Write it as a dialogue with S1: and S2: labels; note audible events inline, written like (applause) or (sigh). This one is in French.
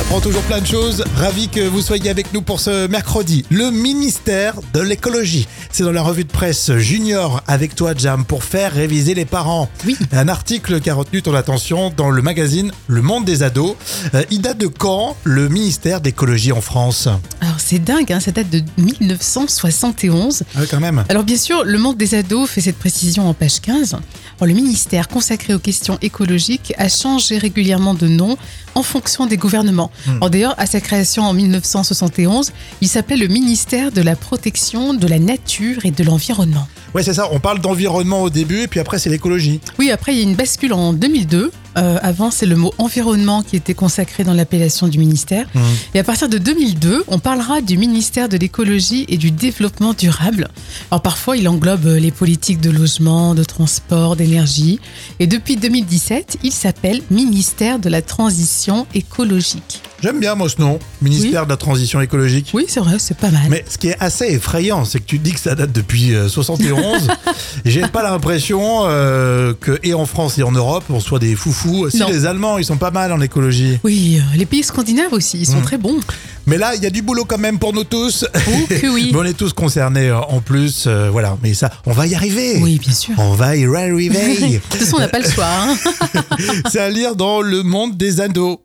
S1: apprend toujours plein de choses. Ravi que vous soyez avec nous pour ce mercredi. Le ministère de l'écologie. C'est dans la revue de presse Junior avec toi, Jam, pour faire réviser les parents.
S2: Oui.
S1: Un article qui a retenu ton attention dans le magazine Le Monde des Ados. Euh, il date de quand le ministère d'écologie en France
S2: Alors c'est dingue, hein, ça date de 1971.
S1: Ah oui, quand même.
S2: Alors bien sûr, le monde des ados fait cette précision en page 15. Alors, le ministère consacré aux questions écologiques a changé régulièrement de nom en fonction des gouvernements. En D'ailleurs, à sa création en 1971, il s'appelait le ministère de la protection de la nature et de l'environnement.
S1: Ouais, c'est ça. On parle d'environnement au début et puis après, c'est l'écologie.
S2: Oui, après, il y a une bascule en 2002. Euh, avant, c'est le mot environnement qui était consacré dans l'appellation du ministère.
S1: Mhm.
S2: Et à partir de 2002, on parlera du ministère de l'écologie et du développement durable. Alors parfois, il englobe euh, les politiques de logement, de transport, d'énergie. Et depuis 2017, il s'appelle ministère de la transition écologique.
S1: J'aime bien, moi, ce nom. Ministère de la transition écologique.
S2: Oui, c'est vrai, c'est pas mal.
S1: Mais ce qui est assez effrayant, c'est que tu dis que ça date depuis euh,
S2: (laughs)
S1: 71. J'ai pas l'impression euh, que, et en France et en Europe, on soit des foufous. Si
S2: Non.
S1: les Allemands, ils sont pas mal en écologie.
S2: Oui, euh, les pays scandinaves aussi, ils sont
S1: Mhm.
S2: très bons.
S1: Mais là, il y a du boulot quand même pour nous tous.
S2: Oh que oui.
S1: (laughs) Mais on est tous concernés euh, en plus. euh, voilà, mais ça, on va y arriver.
S2: Oui, bien sûr.
S1: On va y
S2: De
S1: arriver. (laughs)
S2: toute façon, on n'a pas le choix. hein.
S1: c'est à lire dans Le Monde des Ados.